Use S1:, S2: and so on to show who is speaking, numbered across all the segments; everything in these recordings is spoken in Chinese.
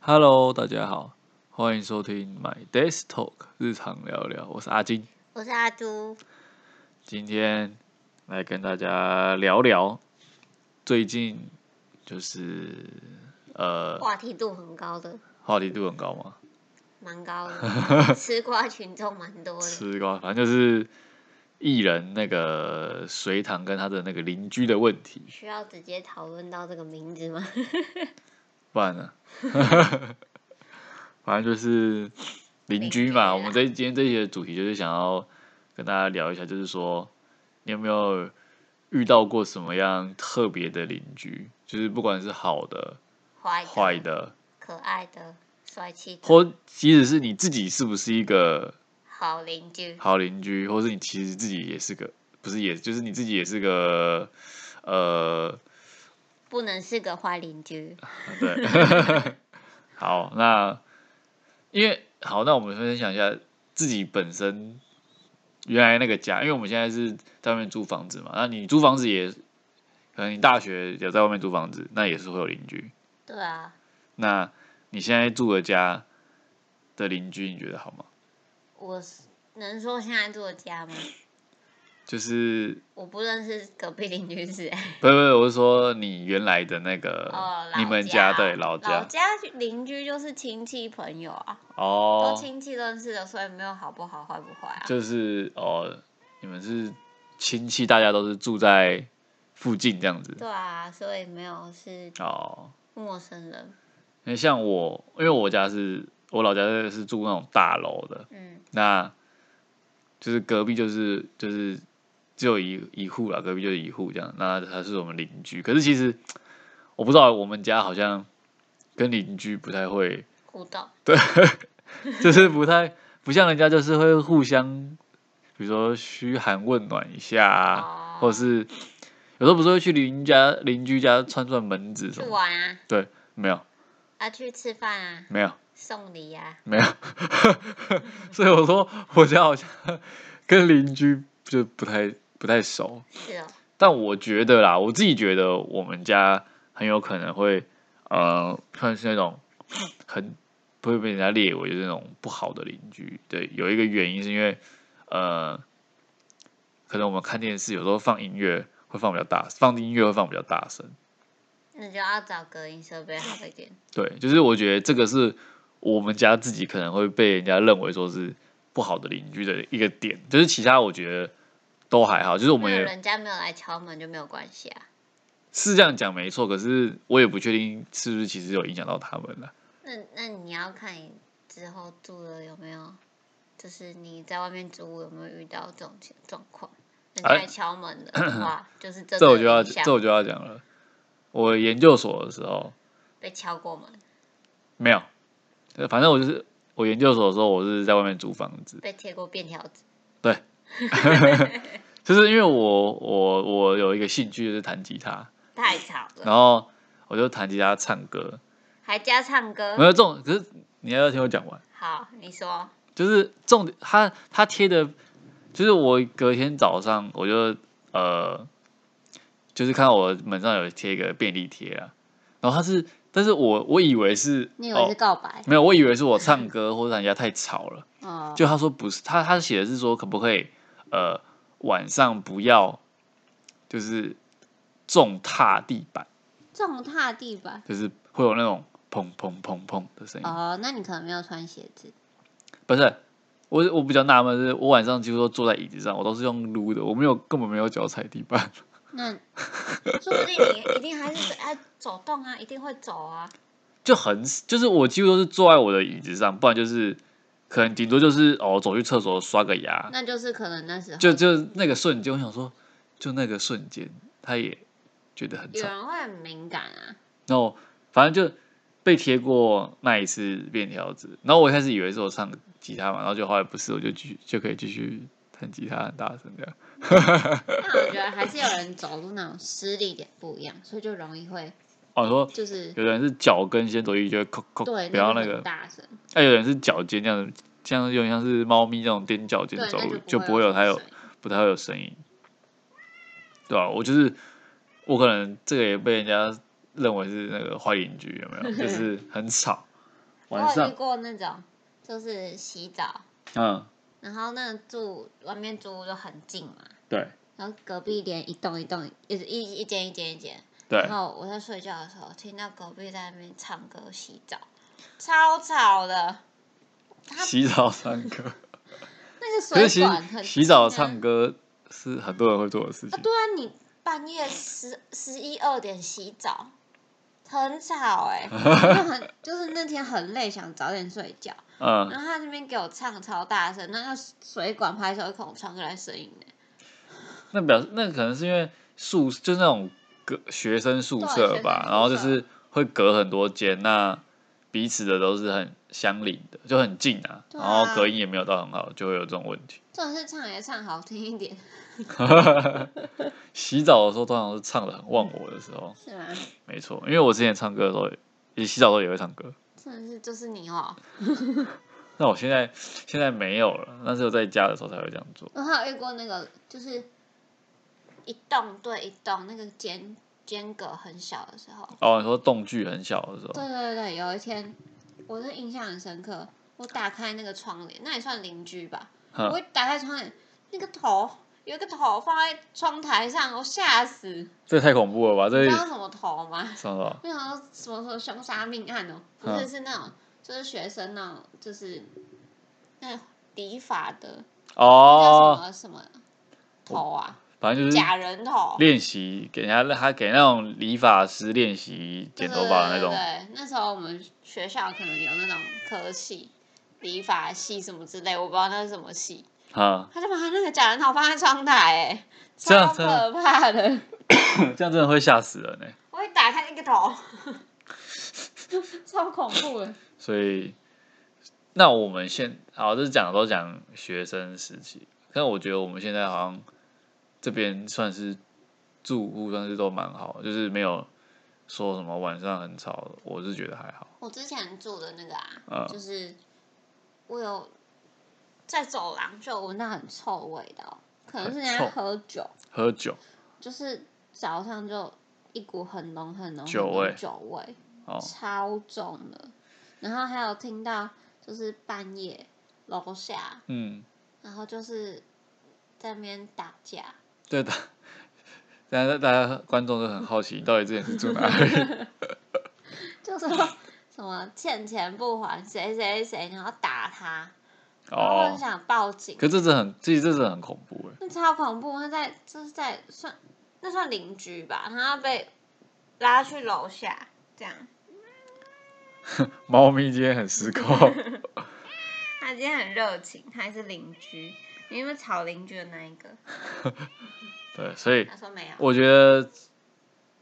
S1: Hello，大家好，欢迎收听 My Desk Talk 日常聊聊，我是阿金，
S2: 我是阿朱，
S1: 今天来跟大家聊聊最近就是呃
S2: 话题度很高的，
S1: 话题度很高嘛，
S2: 蛮高 的，吃瓜群众蛮多的。
S1: 吃瓜，反正就是艺人那个隋唐跟他的那个邻居的问题，
S2: 需要直接讨论到这个名 字吗？
S1: 不然呢？ 反正就是邻居嘛。
S2: 邻居啊
S1: 我们这一今天这一集的主题就是想要跟大家聊一下，就是说你有没有遇到过什么样特别的邻居？就是不管是好的、
S2: 坏
S1: 坏
S2: 的、
S1: 的，
S2: 可爱的、帅气的、
S1: 或即使是你自己是不是一个
S2: 好邻居，
S1: 好邻居，或是你其实自己也是个，不是也就是你自己也是个呃
S2: 不能是个坏邻居。
S1: 对， 好，那因为好，那我们分享一下自己本身原来那个家，因为我们现在是在外面租房子嘛，那你租房子也可能你大学有在外面租房子，那也是会有邻居。
S2: 对啊，
S1: 那你现在住的家的邻居，你觉得好吗？
S2: 我是能说现在住的家吗？
S1: 就是
S2: 我不认识隔壁邻居是谁、
S1: 不是不是，我是说你原来的那个、
S2: 哦，老
S1: 你们
S2: 家
S1: 对老
S2: 老
S1: 家
S2: 家邻居就是亲戚朋友啊，都
S1: 哦，
S2: 亲戚认识的，所以没有好不好、坏不坏啊。
S1: 就是哦，你们是亲戚，大家都是住在附近这样子
S2: 对啊，所以没有是
S1: 哦。
S2: 陌生人。
S1: 因为像我，因为我家是我老家是住那种大楼的，
S2: 嗯，
S1: 那就是隔壁就是就是只有一一户啦，隔壁就是一户这样，那他是我们邻居。可是其实我不知道，我们家好像跟邻居不太会，
S2: 互动。
S1: 就是不太不像人家，就是会互相，比如说嘘寒问暖一下啊、
S2: 哦
S1: 或者是有时候不是会去邻家邻居家串串门子什么？
S2: 去玩啊，
S1: 对，没有，
S2: 啊去吃饭啊，
S1: 没有，
S2: 送礼啊，
S1: 没有。 所以我说我家好像跟邻居就不太不太熟，
S2: 是哦，
S1: 但我觉得啦，我自己觉得我们家很有可能会呃，算是那种很不会被人家列为就是那种不好的邻居。对，有一个原因是因为呃，可能我们看电视有时候放音乐会放比较大，放音乐会放比较大声。
S2: 那就要找隔音设备好一点。
S1: 对，就是我觉得这个是我们家自己可能会被人家认为说是不好的邻居的一个点，就是其他我觉得都还好，就是我
S2: 如果
S1: 们也
S2: 人家没有来敲门就没有关系啊。
S1: 是这样讲没错，可是我也不确定是不是其实有影响到他们了。
S2: 那那你要看你之后住了有没有，就是你在外面租有没有遇到这种情状况？人家
S1: 哎
S2: 来敲门的话， 就是真的
S1: 这我就
S2: 有
S1: 要
S2: 影响
S1: 这我就要讲了。我研究所的时候
S2: 被敲过门，
S1: 没有，呃反正我就是我研究所的时候，我是在外面租房子，
S2: 被贴过便条纸。
S1: 就是因为我我我有一个兴趣就是弹吉他，
S2: 太吵了，
S1: 然后我就弹吉他唱歌，
S2: 还加唱
S1: 没
S2: 歌。
S1: 有这种，可是你要听我讲完。
S2: 好，你说
S1: 就是重点，他他贴的，就是我隔天早上我就呃，就是看到我门上有贴一个便利贴啊，然后他是，但是我我以为是，
S2: 你以为是
S1: 哦、
S2: 告白？
S1: 没有，我以为是我唱歌或者人家太吵了，
S2: 哦，
S1: 就他说不是，他他写的是说可不可以呃晚上不要就是重踏地板，
S2: 重踏地板。
S1: 就是会有那种砰砰砰砰的声音，
S2: 哦，那你可能没有穿鞋子。
S1: 不是，我我比较纳闷的是，我晚上几乎都坐在椅子上，我都是用撸的，我没有根本没有脚踩地板。
S2: 那说不定你一定还是哎走动啊，一定会走啊。
S1: 就很就是我几乎都是坐在我的椅子上，不然就是可能顶多就是哦走去厕所刷个牙，
S2: 那就是可能那时候
S1: 就就那个瞬间，我想说，就那个瞬间，他也觉得很
S2: 有
S1: 吵。
S2: 人会很敏感啊。
S1: 然后反正就被贴过那一次便条纸，然后我一开始以为是我唱吉他嘛，然后就后来不是，我就继续就可以继续弹吉他，很大声这样。
S2: 那我觉得还是有人走路那种施力点不一样，所以就容易会
S1: 哦，你说
S2: 就是
S1: 有的人是脚跟先走进去就会扣扣，
S2: 对
S1: 不要那
S2: 个
S1: 个
S2: 很；大声，
S1: 哎、有人是脚尖这样子，这样有点像是猫咪那种踮脚尖
S2: 对，
S1: 走路，
S2: 那就
S1: 不会有它
S2: 有
S1: 有
S2: 声音
S1: 不太会有声音，对吧、我就是 我可能这个也被人家认为是那个坏邻居，有没有？就是很吵，
S2: 我
S1: 晚
S2: 有遇
S1: 上，
S2: 过那种，就是洗澡，
S1: 嗯，
S2: 然后那住外面住就很近嘛，
S1: 对
S2: 然后隔壁连一栋一栋，一一一间一间一间，
S1: 对
S2: 然，后我在睡觉的时候听到隔壁在那边唱歌洗澡，超吵的。他
S1: 洗澡唱 歌，
S2: 那
S1: 可
S2: 个
S1: 是
S2: 水
S1: 洗
S2: 管很、
S1: 洗澡唱。歌是很多人会做的事
S2: 啊，
S1: 情
S2: 对，啊，你半夜十十一二点洗澡，很吵 哎、就很就是那天很累，想早点睡觉，
S1: 嗯，
S2: 然后他那边给我唱超大声，那个水管拍手会跟我传过来声音欸呢、
S1: 那表那可能是因为宿就是那种隔学生宿舍吧
S2: 对学生宿，舍
S1: 然后就是会隔很多间，那彼此的都是很相邻的，就很近啊，
S2: 对
S1: 然
S2: 啊
S1: 后隔音也没有到很好，就会有这种问 题。
S2: 重点是唱也唱好听一点，
S1: 洗澡的时候通常是唱的很忘我的时候，
S2: 是吗？
S1: 没错，因为我之前唱歌的时候也，也洗澡的时候也会唱歌，
S2: 真的是就是你哦，
S1: 那我现在现在没有了，但是我在家的时候才会这样做。
S2: 我还有遇过那个就是一栋对一栋那个间间隔很小的时候，
S1: 哦，你说动距很小的时候，
S2: 对对对，有一天我是印象很深刻，我打开那个窗帘，那也算邻居吧。我
S1: 哼，
S2: 一打开窗帘，那个头有一个头放在窗台上，我吓死！你
S1: 这也太恐怖了吧？这也
S2: 知道什么头吗？
S1: 什么？
S2: 我想到什么什么凶杀命案哦，不
S1: 嗯
S2: 是是那种就是学生那种就是那个理发的那叫什
S1: 哦，嗯
S2: 么什么头啊，
S1: 反正就是
S2: 假人头。
S1: 练习，给人家他给那种理发师练习
S2: 对
S1: 剪头发的那
S2: 对
S1: 种，
S2: 对对，那时候我们学校可能有那种科系、理发系什么之类，我不知道那是什么系。
S1: 哈，
S2: 他就把他那个假人头放在窗台、哎，
S1: 这样
S2: 超可怕的！
S1: 这样真的会吓死人呢、欸
S2: 我一打开那个头， 超恐怖的。
S1: 所以，那我们现好，这讲都讲学生时期，但我觉得我们现在好像这边算是住户算是都蛮好，就是没有说什么晚上很吵，我是觉得还好。
S2: 我之前住的那个啊，
S1: 嗯
S2: 就是我有在走廊就有闻到很臭的味道，可能是人
S1: 很
S2: 家
S1: 臭
S2: 喝酒，
S1: 喝酒
S2: 就是早上就一股很浓很浓很
S1: 酒
S2: 浓
S1: 味
S2: 酒味。
S1: 哦，
S2: 超重的。然后还有听到就是半夜楼下，
S1: 嗯，
S2: 然后就是在那边打架，
S1: 对的。 大家大家观众都很好奇，你到底之前是住哪里？
S2: 就说什么欠钱不还，谁谁谁，然后打他，然后我
S1: 哦
S2: 很，想报警，
S1: 可这是很，其实这是很恐怖哎。
S2: 那超恐怖，那在这是在算那算邻居吧，然后被拉去楼下这样。
S1: 猫咪今天很失控，
S2: 他今天很热情，他还是邻居，你有没有吵邻居的那一个？
S1: 对，所以
S2: 他说没有。
S1: 我觉得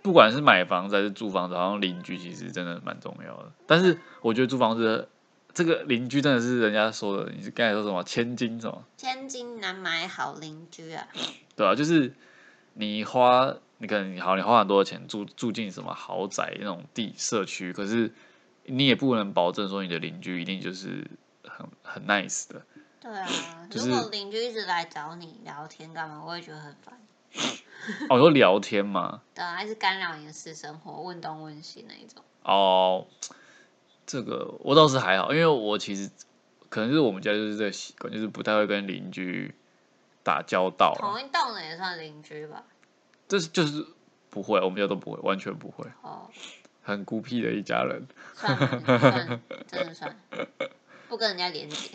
S1: 不管是买房子还是租房子，好像邻居其实真的蛮重要的。但是我觉得租房子这个邻居真的是人家说的，你是刚才说什么千金什么？
S2: 千金难买好邻居啊！
S1: 对啊，就是你花，你可能你好，你花很多钱住住进什么豪宅那种地社区，可是你也不能保证说你的邻居一定就是很很 nice 的。
S2: 对啊，
S1: 就
S2: 如
S1: 是
S2: 果邻居一直来找你聊天干嘛，我也觉得很烦。
S1: 哦，你说聊天嘛，
S2: 对啊，一直干扰你的私生活，问东问西那一种。
S1: 哦，这个我倒是还好，因为我其实可能是我们家就是这个习惯，就是不太会跟邻居打交道啊
S2: 同一栋的也算邻居吧？
S1: 这是就是不会，我们家都不会，完全不会，
S2: 哦，
S1: 很孤僻的一家人。
S2: 算了算，真的算，不跟人家连接。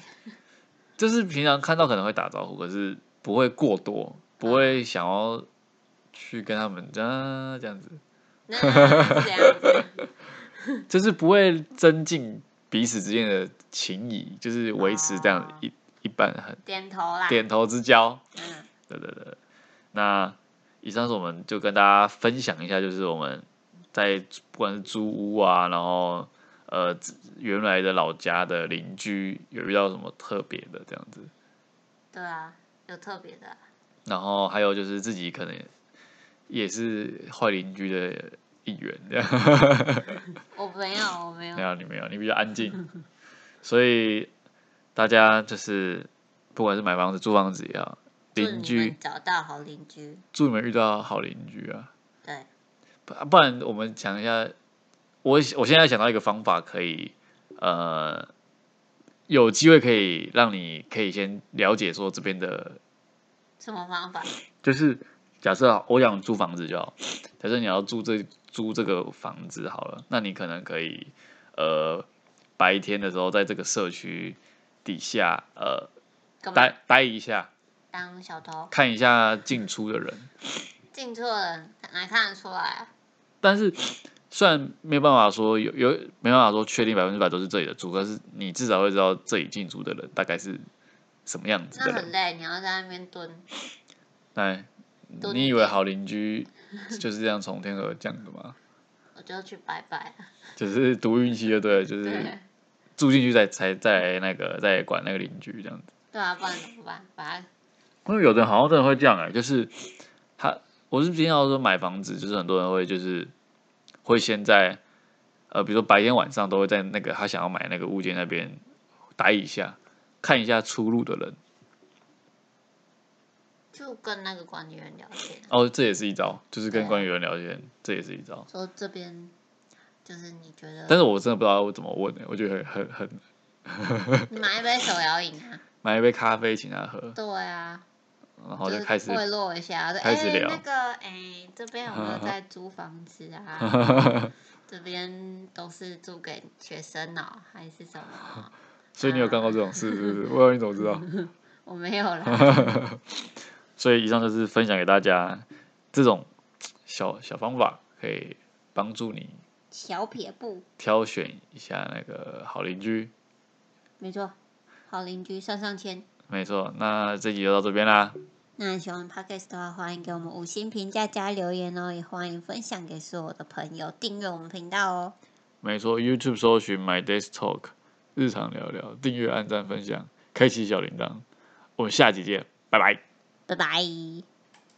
S1: 就是平常看到可能会打招呼，可是不会过多，不
S2: 嗯
S1: 会想要去跟他们啊这样子，
S2: 那那是这样子，
S1: 就是不会增进彼此之间的情谊，就是维持这样
S2: 哦
S1: 一一般很
S2: 点头啦。
S1: 点头之交。
S2: 嗯，
S1: 对对对，对那以上是我们就跟大家分享一下，就是我们在不管是租屋啊，然后呃自原来的老家的邻居有遇到什么特别的这样子，
S2: 对啊，有特别的啊。
S1: 然后还有就是自己可能也是坏邻居的一员这样。
S2: 我没有，我没有
S1: 没。有，你没有，你比较安静，所以大家就是不管是买房子、租房子也好，
S2: 祝
S1: 邻
S2: 嗯你们
S1: 居
S2: 找到好邻居。
S1: 祝你们遇到好邻居啊。
S2: 对，
S1: 不不然我们讲一下，我我现在想到一个方法可以呃，有机会可以让你可以先了解说这边的，
S2: 什么方法？
S1: 就是假设啊我想租房子就好，假设你要租这租这个房子好了，那你可能可以呃白天的时候在这个社区底下呃
S2: 干嘛？
S1: 待待一下，
S2: 当小偷？
S1: 看一下进出的人。
S2: 进错人哪看得出来啊？
S1: 但是虽然没办法说有有没办法说确定百分之百都是这里的租，但是你至少会知道这里进租的人大概是什么样子
S2: 那
S1: 的
S2: 很
S1: 人。
S2: 累，你要在那边蹲。
S1: 哎，
S2: 多
S1: 你以
S2: 理
S1: 为
S2: 解
S1: 好邻居就是这样从天而降的吗？
S2: 我就去拜拜了。
S1: 就是赌运气就对了，就是
S2: 对，
S1: 住进去再才再那个再管那个邻居这样子。
S2: 对啊，不然怎么办？把它
S1: 因为有的人好像真的会这样哎、就是他，我是听到说买房子，就是很多人会就是会先在呃，比如说白天晚上都会在那个他想要买那个物件那边待一下，看一下出入的人。
S2: 就跟那个管理员聊天，啊
S1: 哦，这也是一招，就是跟
S2: 对啊
S1: 管理员聊天，这也是一招。
S2: 说这边就是你觉
S1: 但
S2: 得
S1: 是我真的不知道我怎么问、欸，我觉得很很很
S2: 你买一杯手摇饮啊？
S1: 买一杯咖啡请他喝，
S2: 对啊，
S1: 然后
S2: 就
S1: 就是开始，
S2: 贿赂一下，说
S1: 开始
S2: 哎
S1: 聊
S2: 那个哎这边有没有在租房子啊？这边都是租给学生哦，还是什么哦？
S1: 所以你有干过这种事是不是？我你怎么知道？
S2: 我没有啦，
S1: 所以以上就是分享给大家这种小小方法，可以帮助你
S2: 小撇步，
S1: 挑选一下那个好邻居。
S2: 没错，好邻居上上签。
S1: 没错，那这集就到这边啦。
S2: 那喜欢 Podcast 的话，欢迎给我们五星评价加留言哦，也欢迎分享给所有的朋友，订阅我们频道哦。
S1: 没错，YouTube 搜寻 My Desk Talk，日常聊聊，订阅、按赞、分享，开启小铃铛。我们下集见，拜拜。
S2: 拜拜。